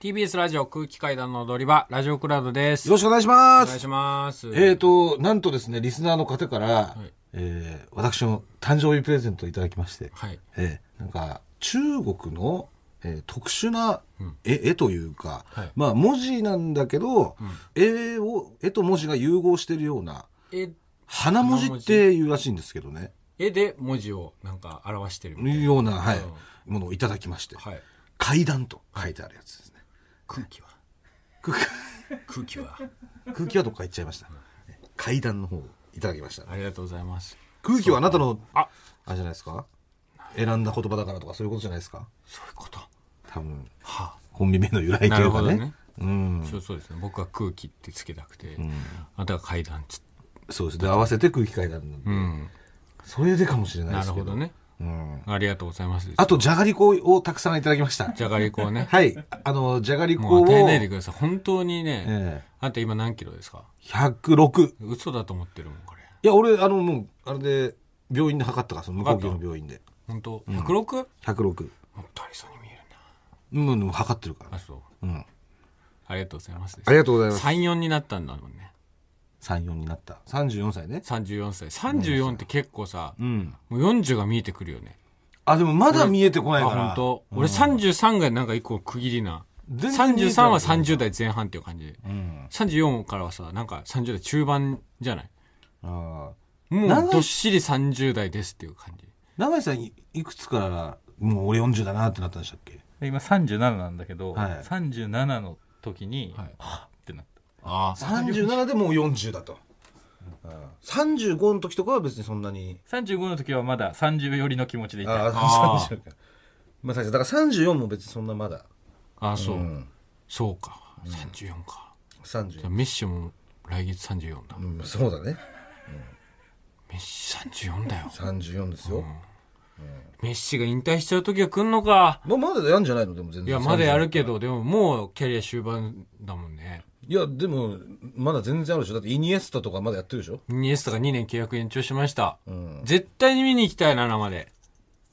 TBS ラジオ空気階段の踊り場、ラジオクラウドです。よろしくお願いしおま願いす。します。えーと、なんとですね、リスナーの方から、えー私の誕生日プレゼントをいただきまして、はい。えーなんか、中国の、えー特殊な絵,、絵というか、はいまあ、文字なんだけど、絵を、絵と文字が融合してるような、え、花文字っていうらしいんですけどね、絵で文字をなんか表してるみたいいうような、はい、うものをいただきまして、な。はい。階段と書いてあるやつですね。空気は。空気空気は。空気はどっか行っちゃいました。階段の方をいただきました。ありがとうございます。空気はあなたの、あ、あれじゃないですか選んだ言葉だからとかそういうことじゃないですかそういうこと。多分はコンビ名の由来というかなねるほどねうんあ、そうそうですね。僕は空気ってつけたくて、あなたが階段つっそうですね合わせて空気階段なんで、うん。それでかもしれないなでるすけほどどね。うん、ありがとうございます。あとじゃがりこをたくさんいただき ましたじゃがりこをね。はいあのじゃがりこもをう与えないでください。本当にね、ええあんた今何キロですか106い嘘だと思ってるもん、これ。や俺あのもうあれで病院で測ったからその向こうの病院で本当 106?、 106もっとありそうに見えるな。うんでも測ってるからあ、ねそう。うんありがとうございます。ありがとうございます3、4になったんだもんね。 34になった34歳ね34歳。34って結構さ、うんもう40が見えてくるよね。あでもまだ見えてこなあ、いから本当。俺33がなんか一個区切りな。全然見えて33ないは30代前半っていう感じで。うん34からはさ、なんか30代中盤じゃないああも長ういどっしり30代ですっていう感じ。長井さんいいくつからもう俺40だなってなったんでしたっけ今37なんだけど、はい37の時に、ははいっってなったああ。 37でもう40だと、うん、35の時とかは別にそんなに35の時はまだ30寄りの気持ちでいあたあ30かまあ確かにだから34も別にそんなまだああ、そう。ん、そうか。34か。じゃあ30メッシも来月34だ。うんそうだねメッシ34だよ。 34ですよ、メッシが引退しちゃう時は来んのか。まあ、まだやんじゃないのでも全然いや、まだやるけど、でももうキャリア終盤だもんね。いやでもまだ全然あるでしょだってイニエスタとかまだやってるでしょ、イニエスタが2年契約延長しました。うん、絶対に見に行きたいな、生で。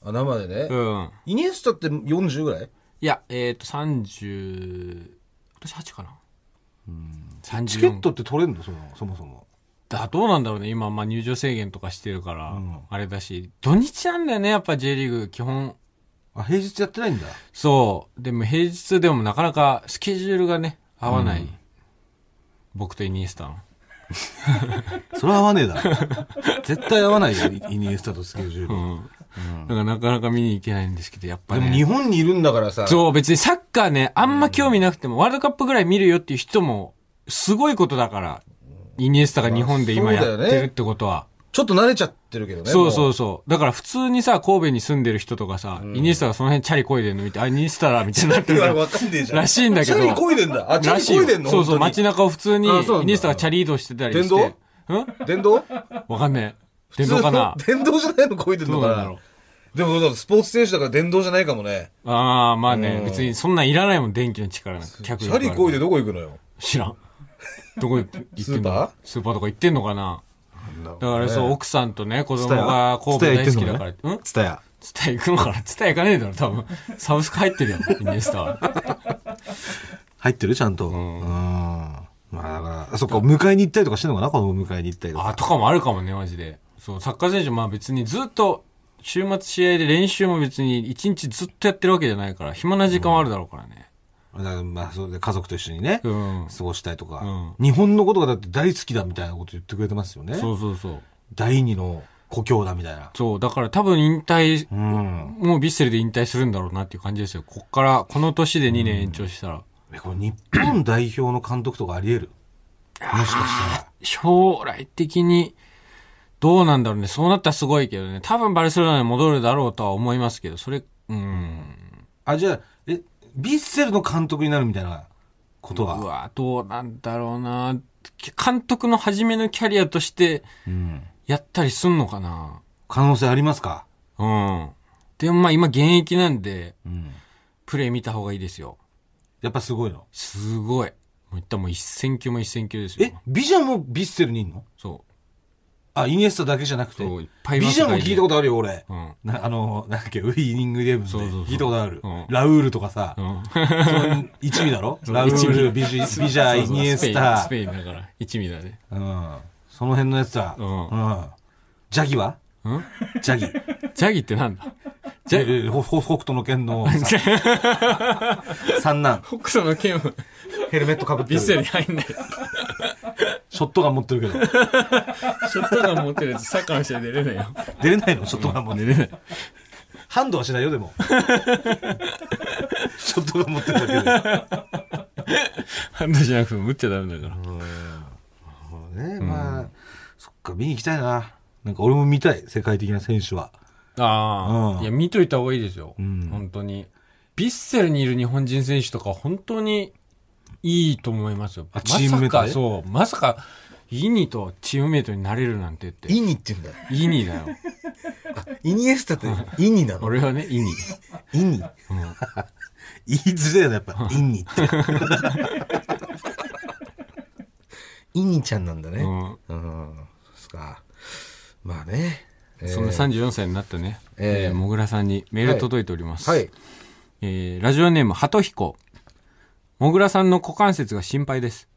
あ生でね、うん。イニエスタって40ぐらいいや、えっ、と、30、私8かな。うん。チケットって取れんのそのそもそもだ、どうなんだろうね。今、まあ入場制限とかしてるから、あれだし、土日なんだよね、やっぱ J リーグ、基本。あ平日やってないんだそう。でも平日でもなかなかスケジュールがね、合わない。僕とイニエスタの。それは合わねえだろ 絶対合わないよイイニエスタとスケジュール、うん。だからなかなか見に行けないんですけど、やっぱでね。も日本にいるんだからさそう、別にサッカーね、あんま興味なくても、ワールドカップぐらい見るよっていう人も、すごいことだから、イニエスタが日本で今まあそやうっだよねてるってことは。ちょっと慣れちゃってるけどねそうそううそう。だから普通にさ、神戸に住んでる人とかさ、イニエスタがその辺チャリこいでるの見て、あ、イニエスタだ、みたいになってるわかんねえじゃんらしいんだけどチャリこいでんだあチャらリしいこいでんよ。のそうそう、本当街に中を普通に、イあそうなんだニエスタがチャリ移動してたりして。電うん電動わかんねえ。電動かな普通の 電動じゃないのこいでんどのうなかんだなろう。でもだからスポーツ選手だから電動じゃないかもねああ、まあねう、ん別にそんなんいらないもん、電気の力なんか。客チ力あャるリこいでどこ行くのよ知らん。どこ行ってんのスーパースーパーとか行ってんのかなだからそう、奥さんとね、子供ツタヤが神戸大好きだから、うんツタヤツタヤ行くのかなツタヤ行かねえだろ、多分。サブスク入ってるよ、イニエスタ は。入ってるちゃんとうんまあだからあそっか迎えに行ったりとかしてんのかな子供迎えに行ったりとあ、とかもあるかもね、マジで。そう、サッカー選手、まあ別にずっと、週末試合で練習も別に一日ずっとやってるわけじゃないから、暇な時間はあるだろうからね。だからまあそれで家族と一緒にねうん。過ごしたいとか、日本のことがだって大好きだみたいなこと言ってくれてますよね。そうそうそう。第二の故郷だみたいな。そう、だから多分引退、うん。もうヴィッセルで引退するんだろうなっていう感じですよ。こっから、この年で2年延長したら。え、これ日本代表の監督とかあり得るもしかしたら。将来的に、どうなんだろうね。そうなったらすごいけどね。多分バルセロナに戻るだろうとは思いますけど、それ、うん。あ、じゃあ、え、ヴィッセルの監督になるみたいなことうは。わ、どうなんだろうな。監督の初めのキャリアとして、うん。やったりすんのかな。可能性ありますかうん。でもまあ今現役なんで、うん。プレー見た方がいいですよ。やっぱすごいの。すごい。もういったらもう一戦級も一戦級ですよえ。、ビジャもヴィッセルにいんのそう。あ、イニエスタだけじゃなくて。そういっぱいいビますジャも聞いたことあるよ、俺。うんなあの、なんだっけ、ウィーニングイレブンでそうそうそう聞いたことある。うんラウールとかさ、 うんその一味だ ろラウール、ビジビジャ、イニエスタス、ペインスペインだから一味だねうん、その辺のやつだ。うんうんジャギはうんジャギ。ジャギってなん だジジャャギ、ほほ北斗の 剣のさ三男、北斗の剣はヘルメットかぶってビる。スシに入んないョットガン持ってるけど。ショットガン持ってるやつサッカーの試合出れないよ出れないのショットガン持って出れないハンドはしないよ、でも。ショットガン持ってるだけで。ハンドじゃなくても打っちゃダメだからそうね、まあ、そっか、見に行きたいな。なんか俺も見たい、世界的な選手は。ああ、うんいや、見といた方がいいですよ。うん本当に。ヴィッセルにいる日本人選手とか、本当にいいと思いますよ。あまチームさメイトか、でそう、まさか、イニとチームメイトになれるなんてって。イニって言うんだ。イニだよ。イニエスタってイニなの 俺はね、イニ。イニ。言いづらいな、やっぱ、イ ンニって。イニちゃんなんだね。うんうん。そうっすか。まあね。えーそんな34歳になったね、えーえーもぐらさんにメール届いております。はい。えーラジオネーム、ハトヒコ。もぐらさんの股関節が心配です。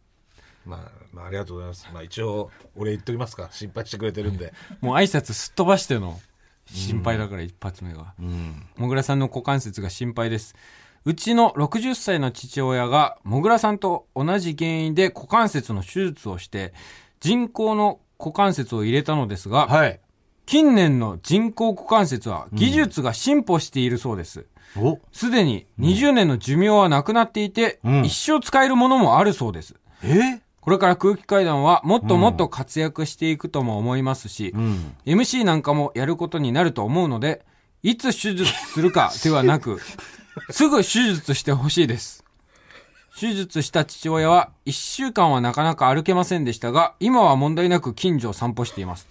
まあ、まあ、ありがとうございます。まあ、一応、俺言っときますか。心配してくれてるんで。もう挨拶すっ飛ばしての心配だから、一発目が。うん。もぐらさんの股関節が心配です。うちの60歳の父親が、もぐらさんと同じ原因で股関節の手術をして、人工の股関節を入れたのですが、はい。近年の人工股関節は技術が進歩しているそうです。おすでに20年の寿命はなくなっていて、うん一生使えるものもあるそうです。えこれから空気階段はもっともっと活躍していくとも思いますし、うん。 MC なんかもやることになると思うので、いつ手術するかではなく、すぐ手術してほしいです。手術した父親は1週間はなかなか歩けませんでしたが、今は問題なく近所を散歩しています。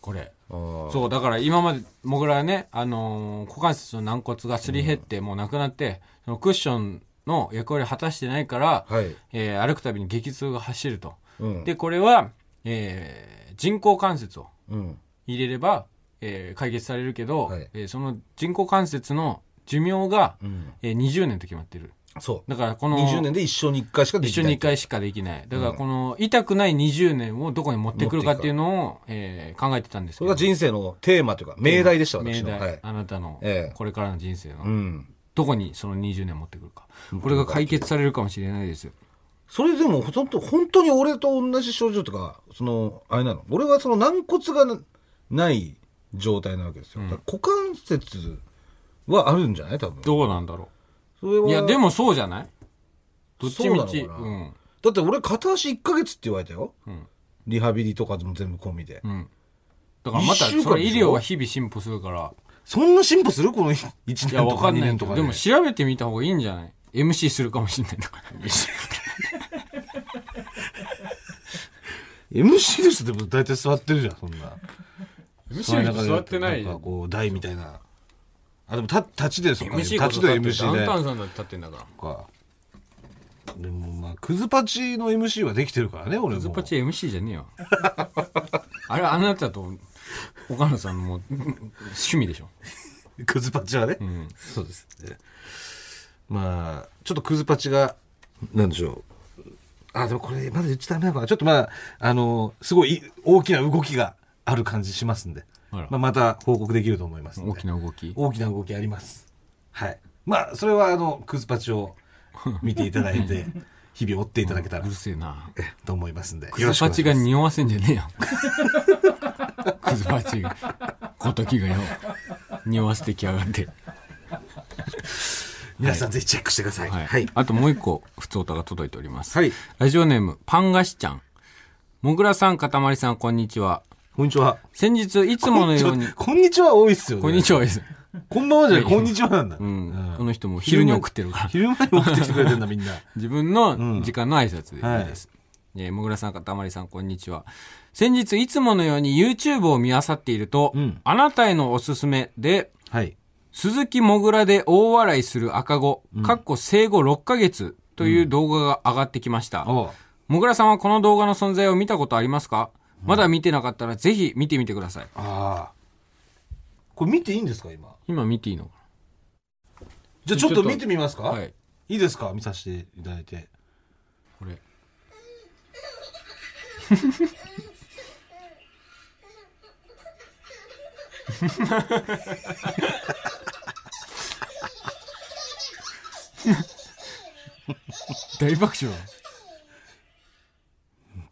これ。そそう、だから今まで、もぐらはね、あのー股関節の軟骨がすり減ってもうなくなって、そのクッションの役割を果たしてないから、はい。えー歩くたびに激痛が走ると。うん。で、これは、えー人工関節をうん。入れれば、えー解決されるけど、はいえーその人工関節の寿命が、うん。えー20年と決まってるそだからこう。の20年で一生に1回しかで一き緒ない。に1回しかできないだからこの痛くない20年をどこに持ってくるかっていうのを、えー考えてたんですそけれどが人生のテーマというか、命題でした、命私の。題、はい。あなたのええこれからの人生の、うん。どこにその20年持ってくるかこれが解決されるかもしれないですそれでも、ほとんど、本当に俺と同じ症状とか、その、あれなの。俺はその軟骨がなない状態なわけですよ。だから股関節はあるんじゃない多分。どうなんだろそれはういやでもそうじゃないどっちみちそうなのかなうんだって俺片足1ヶ月って言われたよ。んリハビリとかも全部込みで。うんだからまた一週間でしょそれ医療は日々進歩するからそんな進歩するこの1年いや、とわかか2んないけ年とど、かでも調べてみた方がいいんじゃない ?MC するかもしれないとか。 MC ですって大体座ってるじゃん、そんな。 MC の人座ってないんかこう、台みたいな。あ、でも、た、立ちで、そうか。立 MC ちで MC ダウンで。タウンさんだって立ってんだから。か。でもまあ、クズパチの MC はできてるからね、俺も。ズッパチ MC じゃねえ よ。あれ、あなたと、岡野さんのもう、趣味でしょ。クズパチはね。んそうですね。まあ、ちょっとクズパチが、なんでしょう。あ、でもこれ、まだ言っちゃダメなのかな。ちょっとまあ、あの、すごい大きな動きがある感じしますんで。あらまあ、また報告できると思いますんで大きな動き。大きな動きあります。はい。まあ、それは、あの、クズパチを見ていただ いて、日々追っていただけたらうるせえな。と思いますんで。 クズパチが匂わせんじゃねえよ。クズパチが、ごときがよ、匂わせてきやがって。皆さんぜひチェックしてください。はい。はい。あともう一個、普通歌が届いております。はい。ラジオネーム、パンガシちゃん。もぐらさん、かたまりさん、こんにちは。こんにちは。先日、いつものようにちょ、こんにちは多いっすよね。こんにちはです。こんばんはじゃない、こんにちはなんだ。うん。この人も昼に送ってるから。昼間に送ってきてくれてんだ、み んな。自分の時間の挨拶でいいです。えーもぐらさん、かたまりさん、こんにちは。先日、いつものように YouTube を見漁っていると、うんあなたへのおすすめで、はい。鈴木もぐらで大笑いする赤子、かっこ生後6ヶ月という動画が上がってきました。おうもぐらさんはこの動画の存在を見たことありますかまだ見てなかったらぜひ見てみてください。ああ。これ見ていいんですか、今。今見ていいのかじゃあちょっと見てみますかなはい。いいですか見させていただいて。こ れ。大爆笑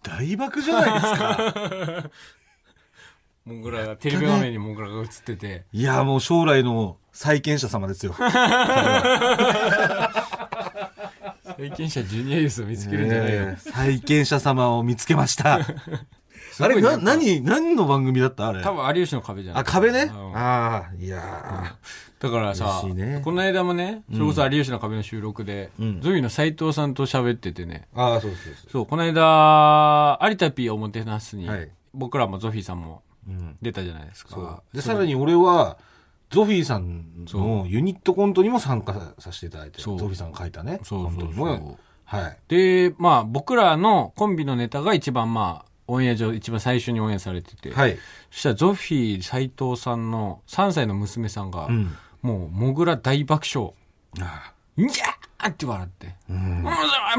だ。大爆じゃないですか。モングラが、テレビ画面にモングラが映ってて。いや、もう将来の債権者様 ですよ。経験者ジュニアユースを見つけるんじゃないよ。ええ債権者様を見つけま した。あごれ、いなな、んか何、何の番組だったあれ。多分、有吉の壁じゃない。あ、壁うね。んああ、いやだからさ、嬉しいねこの間もね、それこそ有吉の壁の収録で、うんゾイの斎藤さんと喋っててね、ー。ああ、そうそうそそう、この間、有田 P をおもてなすに、はい僕らもゾフィーさんもう。うん。出たじゃないですか。で、さらに俺は、ゾフィーさんそのユニットコントにも参加させていただいて、そゾうフィーさんが書いたね、そうコンそトうにそう。。もはい。で、まあ、僕らのコンビのネタが一番まあ、オンエア上、一番最初にオンエアされてて、はい。そしたらゾフィー斎藤さんの3歳の娘さんが、うん。もう、モグラ大爆笑。あにゃーって笑って。あう。うんん、モ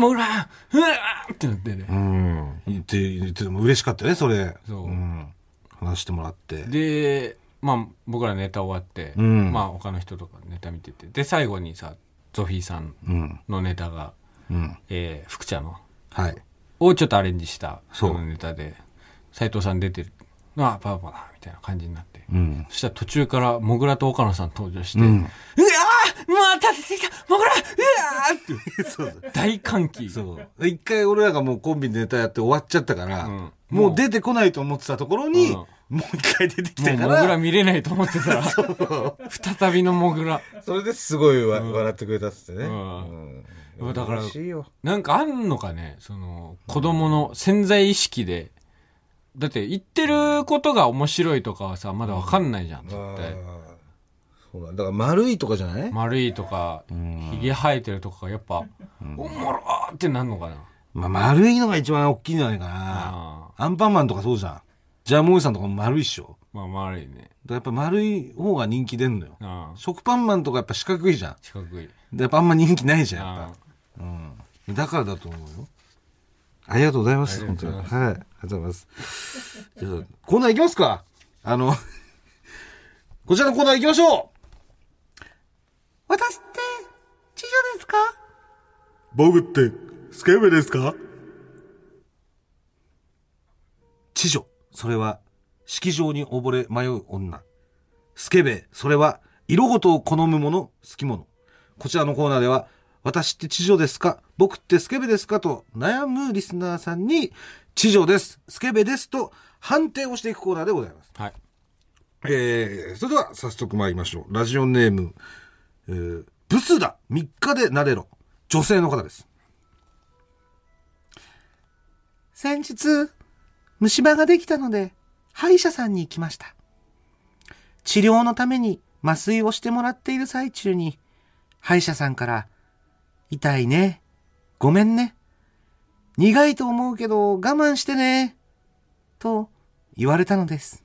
グラうわーってなってね。うん。言って、言って、も嬉しかったね、それ。そううん。話してもらって。で、まあ、僕らネタ終わって、うんまあ他の人とかネタ見ててで最後にさゾフィーさんうん。のネタが、うん。えー、福ちゃんのはい。をちょっとアレンジしたそうあのネタで斎藤さん出てるあパパパだみたいな感じになって、うん。そしたら途中からモグラと岡野さん登場して「ううわん ーまた出てきたモグラうわー!」ってそうだ大歓喜そう。一回俺らがもうコンビでネタやって終わっちゃったから、うんもう出てこないと思ってたところに、うんもう一回出てきもたうかモグラら、見れないと思って たら再びのモグラそれですごいわ、笑ってくれたっつってね。ううんんだから嬉しいよ。なんかあんのかねその、子供の潜在意識で。だって言ってることが面白いとかはさ、まだわかんないじゃん、絶あ対。ーそうだだから丸いとかじゃない丸いとか、ひげ生えてるとかがやっぱ、おもろーってなんのかな。まあ、丸いのが一番大きいんじゃないかな。あアンパンマンとかそうじゃん。ジャムおじさんとかも丸いっしょ。ーまあ丸いね。だからやっぱ丸い方が人気出んのよ。あー食パンマンとかやっぱ四角いじゃん。四角い。でやっぱあんま人気ないじゃん、やあっぱ。うん。だからだと思うよ。ありがとうございます、あり本がと当うに。ござはいま。ありがとうございます。じゃあコーナー行きますかあの、 こちらのコーナー行きましょう私って、知女ですか僕って、スケベですか知女、それは、式場に溺れ迷う女。スケベ、それは、色ごとを好む者、好き者。こちらのコーナーでは、私って知女ですか僕ってスケベですかと悩むリスナーさんに、知女です、スケベですと判定をしていくコーナーでございます。ーはい。えー、それでは早速参りましょう。ラジオネーム、えー、ブスだ !3 日でなれろ。女性の方です。先日、虫歯ができたので、歯医者さんに行きました。治療のために麻酔をしてもらっている最中に、歯医者さんから、痛いね。ごめんね。苦いと思うけど我慢してね。と言われたのです。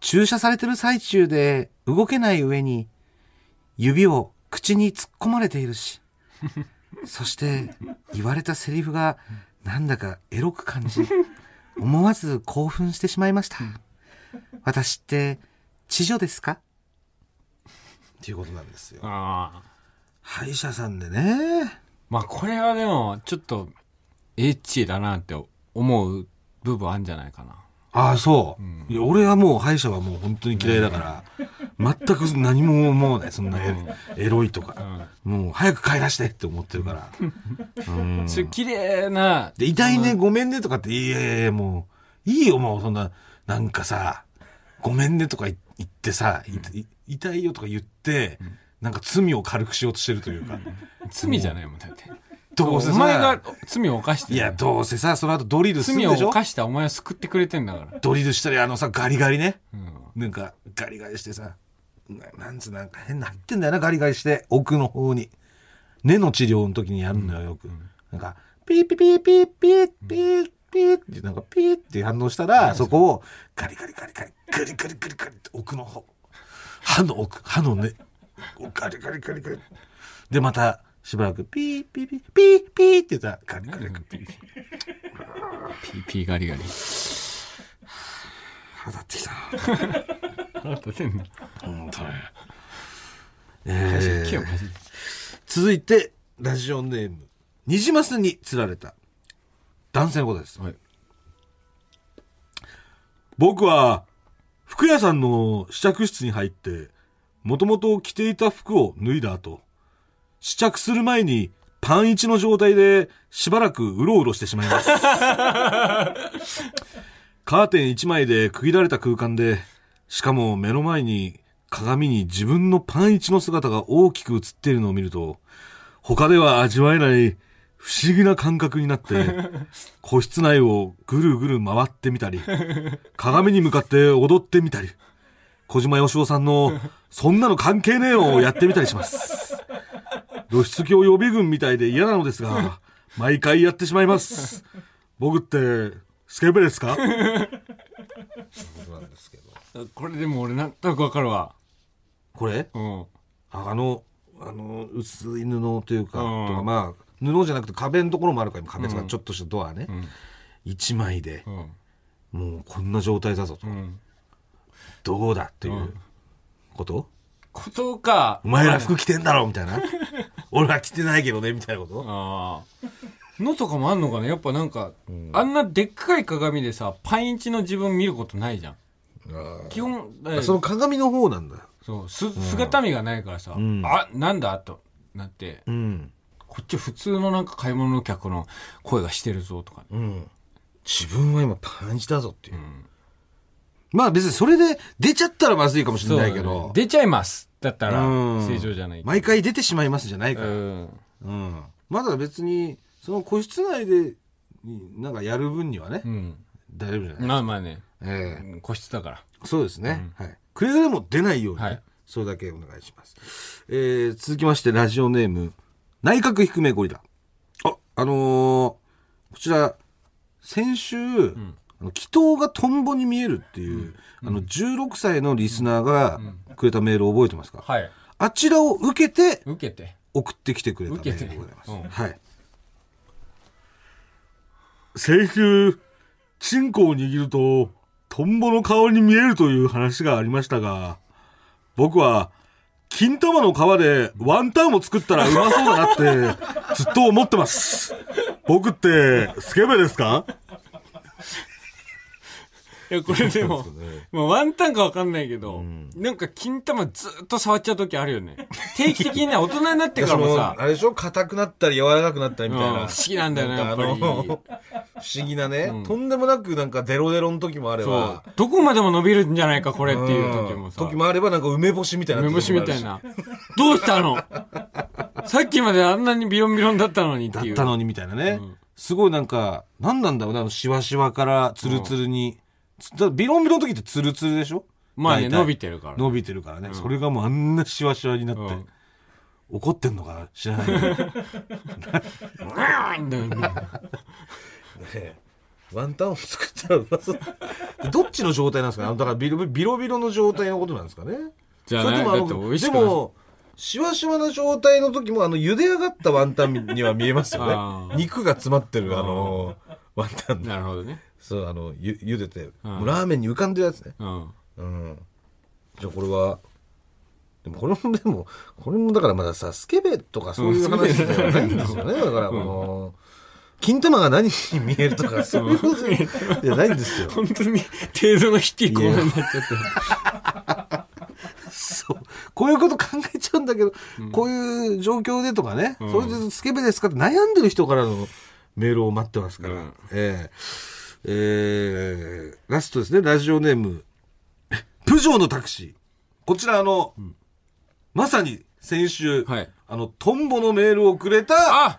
注射されてる最中で動けない上に、指を口に突っ込まれている し、そして言われたセリフがなんだかエロく感じ、思わず興奮してしまいました。私って、知女ですかっていうことなんですよ。ああ。歯医者さんでね。まあこれはでも、ちょっと、エッチだなって思う部分あるんじゃないかな。ああ、そう、いや。俺はもう歯医者はもう本当に嫌いだから、全く何も思わない。そんなエ,、ロいとか、もう早く帰らしてって思ってるから。うんそういう綺麗な、で、痛いね、ごめんねとかって、いやいやいや、もう、いいよ、もう、そんな、なんかさ、ごめんねとか言言ってさ、いい痛いよとか言って、なんか罪を軽くしようとしてるというか、罪じゃないもん、だって。どおうせさ、前が罪を犯しているや、どうせさ、その後ドリルする罪んでしをょ犯したお前を救ってくれてんだから。ドリルしたり、あのさ、ガリガリね。うんなんか、ガリガリしてさ、ななんつう、なんか変な入ってんだよな、ガリガリして、奥の方に。根の治療の時にやるのよ、よく。なんか、ピーピーピーピーピーピーピーってなんかピーって反応したらそこをカリカリカリカリカリカリカリカリって奥の方歯の奥歯のねカリカリカリカリでまたしばらくピーピーピーピーピーって言ったらカリカリカリピーピーピーガリガリ。当たってきた確な本当にかに木をかじる続いてラジオネームニジマスに釣られた男性のことです、はい僕は服屋さんの試着室に入ってもともと着ていた服を脱いだ後試着する前にパンイチの状態でしばらくうろうろしてしまい ますカーテン1枚で区切られた空間でしかも目の前に鏡に自分のパンイチの姿が大きく映っているのを見ると他では味わえない不思議な感覚になって 個室内をぐるぐる回ってみたり鏡に向かって踊ってみたり小島よしおさんの「そんなの関係ねえよ」をやってみたりします露出狂予備軍みたいで嫌なのですが毎回やってしまいます僕ってスケベです かなんですけどこれでも俺なんとなくわかるわ。これうん。ああの、あの、薄い布というか、うんとか、まあ、布じゃなくて壁のところもあるから、今壁とかうんちょっとしたドアねう。ん。一、枚でう、ん。もうこんな状態だぞと。うん。どうだっていううんこと、ことか。お前ら服着てんだろみたいな。俺は着てないけどね、みたいなことああ。のとかもあんのかなやっぱなんか、あんなでっかい鏡でさ、パンイチの自分見ることないじゃん。基本、だからその鏡の方なんだ。そう、す、姿見がないからさ、うんあ、なんだとなって、うん。こっち普通のなんか買い物客の声がしてるぞとか、うん。自分は今パンチだぞっていうう、ん。まあ別にそれで出ちゃったらまずいかもしれないけそうだねど。出ちゃいますだったらうん、正常じゃない。毎回出てしまいますじゃないかうら。ん。うん、まだ別にその個室内でになんかやる分にはね、うん。大丈夫じゃない、まあまあね、ええ個室だから。そうですね、はい、くれぐれも出ないように、ねはいそれだけお願いします、えー続きましてラジオネーム内閣低めゴリラああのーこちら先週、あの祈祷がトンボに見えるっていう、あの16歳のリスナーがくれたメールを覚えてますか、はい。あちらを受けて受けて。送ってきてくれたメ受けーてルでございます。うんはい。先週、チンコを握ると、トンボの顔に見えるという話がありましたが、僕は、金玉の皮でワンタンを作ったらうまそうだなって、ずっと思ってます。僕って、スケベですかいや、これでも、まあ、ワンタンかわかんないけど、なんか金玉ずっと触っちゃう時あるよね。定期的にね、大人になってからも さ、あれでしょ硬くなったり柔らかくなったりみたいな、うん不思議なんだよねかあのやっぱり不思議なね、んとんでもなくなんかデロデロの時もあれそばう、どこまでも伸びるんじゃないか、これっていう時もさ。うん時もあればなんか梅干しみたいな梅干しみたいな。どうしたのさっきまであんなにビロンビロンだったのにってだっいう。たのにみたいなね。すごいなんか、なんなんだろうね、あの、シワシワからツルツルに。つだビロンビロンの時ってツルツルでしょまあね、大体伸びてるから。伸びてるからね、それがもうあんなシワシワになって、うん怒ってんのかな知らないけど ワンタンを作ったらうまそう どっちの状態なんですかねあのだからビロビロビロの状態のことなんですかねじゃあそれね、ともあだのって美味しでくない。もシワシワな状態の時もあの茹で上がったワンタンには見えますよあーね肉が詰まってるあのワンタンなるほどね。そうあのゆ茹でて、もうラーメンに浮かんでるやつねうん。うんじゃあこれはでもこれもでもこれもだからまださスケベとかそういう話じゃないんですよ ね、だからこの、金玉が何に見えるとかそういうことじゃないんですよ本当に程度の低いコメントになっちゃってる。そうこういうこと考えちゃうんだけど、こういう状況でとかね、それでスケベですかって悩んでる人からのメールを待ってますから、うんええええラストですねラジオネーム 「プジョーのタクシー」こちらあの、まさに先週、はいあのトンボのメールをくれたあこ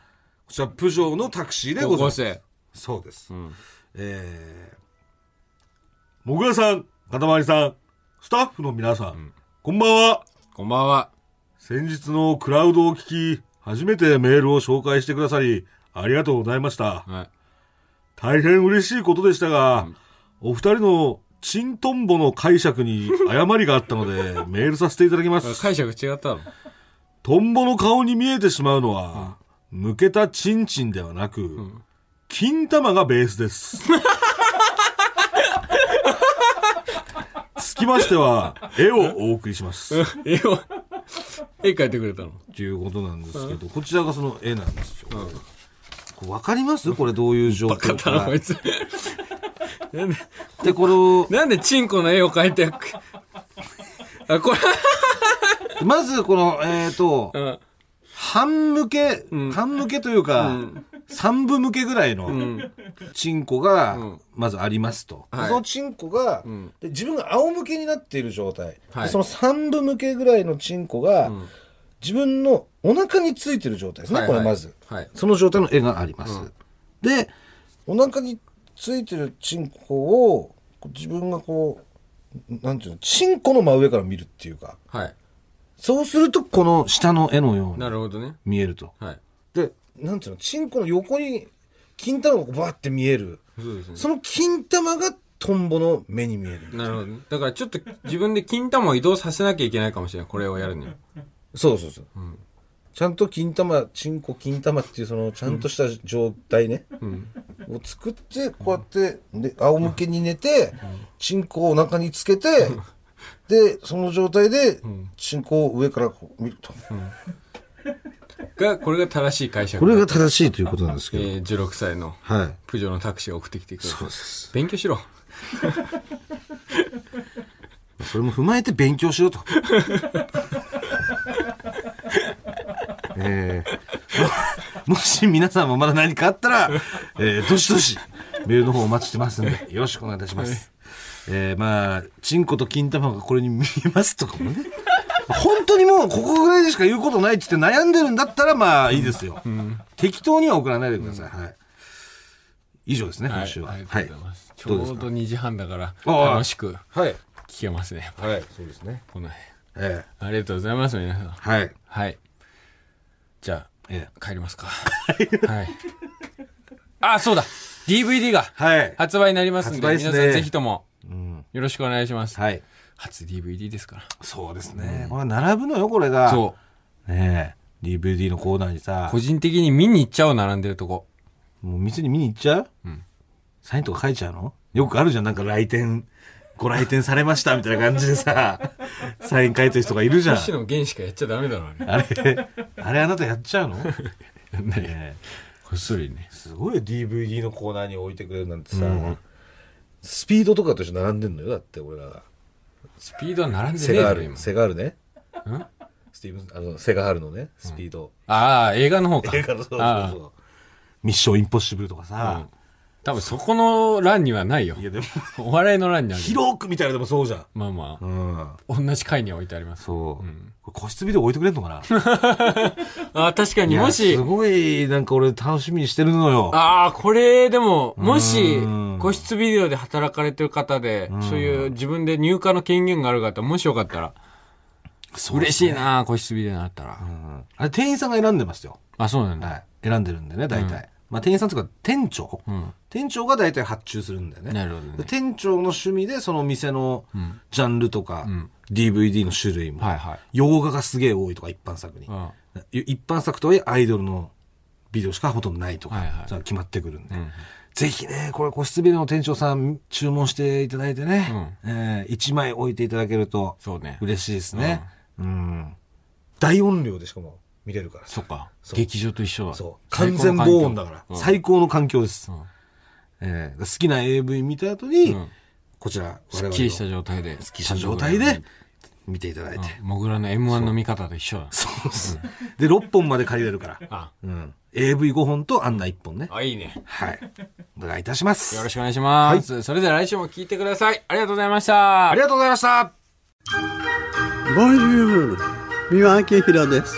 ちらプジョーのタクシーで高ござい校ます生。そうです。んえー、もぐらさん、かたまりさん、スタッフの皆さん、こんばんは。こんばんは。先日のクラウドを聞き、初めてメールを紹介してくださり、ありがとうございました。はい。大変嬉しいことでしたが、お二人のチントンボの解釈に誤りがあったので、メールさせていただきます。解釈違ったのトンボの顔に見えてしまうのは、抜けたチンチンではなく、金玉がベースです。つきましては、絵をお送りします。っ絵を、絵描いてくれたの。ていうことなんですけど、こちらがその絵なんですよ。これわかりますこれどういう状況肩のこか。いつ。なんで、で、これを、なんでチンコの絵を描いて、あ、これ、まずこの、えっ、と、うん半向け、半向けというか、三分向けぐらいのんチンコがん、まずありますと。はいそのチンコが、んで自分が仰向けになっている状態、はいでその3分向けぐらいのチンコが、自分のお腹についてる状態ですね、はいはいこれまずはい。その状態の絵があります。で、お腹についてるチンコをこう自分がこうなんていうのチンコの真上から見るっていうかはい。そうすると、この下の絵のようなにるほどね。見えると。はい。でなんていうのチンコの横に金玉がこうバーって見えるそうですね。その金玉がトンボの目に見えるなるほどね。だからちょっと自分で金玉を移動させなきゃいけないかもしれない。これをやるには。そうそうそう。ちゃんと金玉、チンコ、金玉っていうそのちゃんとした状態ね、を作って、こうやって、で、仰向けに寝て、チンコをお腹につけて、で、その状態で、チンコを上からこう見ると。が、これが正しい解釈これが正しいということなんですえけど。ー、16歳のはい。プジョーのタクシーを送ってきてくれそうた。です。勉強しろ。それも踏まえて勉強しようと。 えーももし皆さんもまだ何かあったら、えーどしどし、メールの方お待ちしてますんで、よろしくお願いいたします。えーまあ、チンコと金玉がこれに見えますとかもね。本当にもうここぐらいでしか言うことないって言って悩んでるんだったら、まあいいですよ。適当には送らないでください。はい。以上ですね、今週は。ありがとうございます。ちょうどうですかど2時半だから、ああ楽しくはい。聞けますね。はい、そうですね。この辺。えありがとうございます、皆さん。えはい。はい。じゃええあ、帰りますか。はい。あ、そうだ !DVD がはい。発売になりますん発で、売ですね皆さんぜひともうん。よろしくお願いします。はい。初 DVD ですから。そうですね。これ並ぶのよ、これが。そう。う。ねえ。DVD のコーナーにさ個、人的に見に行っちゃおう、並んでるとこ。もう店に見に行っちゃうサインとか書いちゃうのよくあるじゃん。なんか来店、ご来店されましたみたいな感じでさ、 サイン書いてる人がいるじゃん。野源しかやっちゃダメだろ、あれ。あれ、あれあなたやっちゃうの ねえこっそりね。すごい DVD のコーナーに置いてくれるなんてさ、スピードとかとして並んでんのよ、だって俺らが。スピードは並んでセねえガだーろ、今ル、。セガールね。んスティーブン、あの、セガールのね、スピード。ああ、映画の方か。映画のそうそうあそうあ。ミッションインポッシブルとかさ、多分そこの欄にはないよい。やでも、 お笑いの欄にある。広くみたいなのでもそうじゃん。まあまあ、うん。同じ階には置いてあります。そう。これ個室ビデオ置いてくれん のかなああ、確かいにやもしす、ごい、なんか俺楽しみにしてるのよ。ああ、これでも、もしうん、個室ビデオで働かれてる方で、そういう自分で入荷の権限がある方、もしよかったら、そう嬉しいな、個室ビデオになったらう。んあれ、店員さんが選んでますよ。あ、そうなんはだ。い。選んでるんでね、大体。まあ、店員さんとか、店長、うん。店長が大体発注するんだよね。なるほどねで店長の趣味で、その店のんジャンルとか、ん DVD の種類も、はいはい。洋画がすげえ多いとか、一般作に。うん。は一般作とはいえ、アイドルのビデオしかほとんどないとか、はいはいそういうのが決まってくるんで。んぜひね、これ個室ビデオの店長さん注文していただいてね、えー一枚置いていただけるとそうね嬉しいですね。うん大音量でしかも見れるからさそっか。そう劇場と一緒だ。そう。完最高全の環境防音だから、うん最高の環境です、うんえー好きな AV 見た後に、うんこちら我すっ々のきりした状態で。すっきりした状態で見ていただいて、うん。モグラの M1 の見方と一緒だ。そうです、で6本まで借りれるから、あ、うん、AV5 本とあんな1本ね、あ、いいね。はいお願いいたしますよろしくお願いします。それでは来週も聞いてください。ありがとうございましたあり。がとうございましたボンジュール三輪明宏です。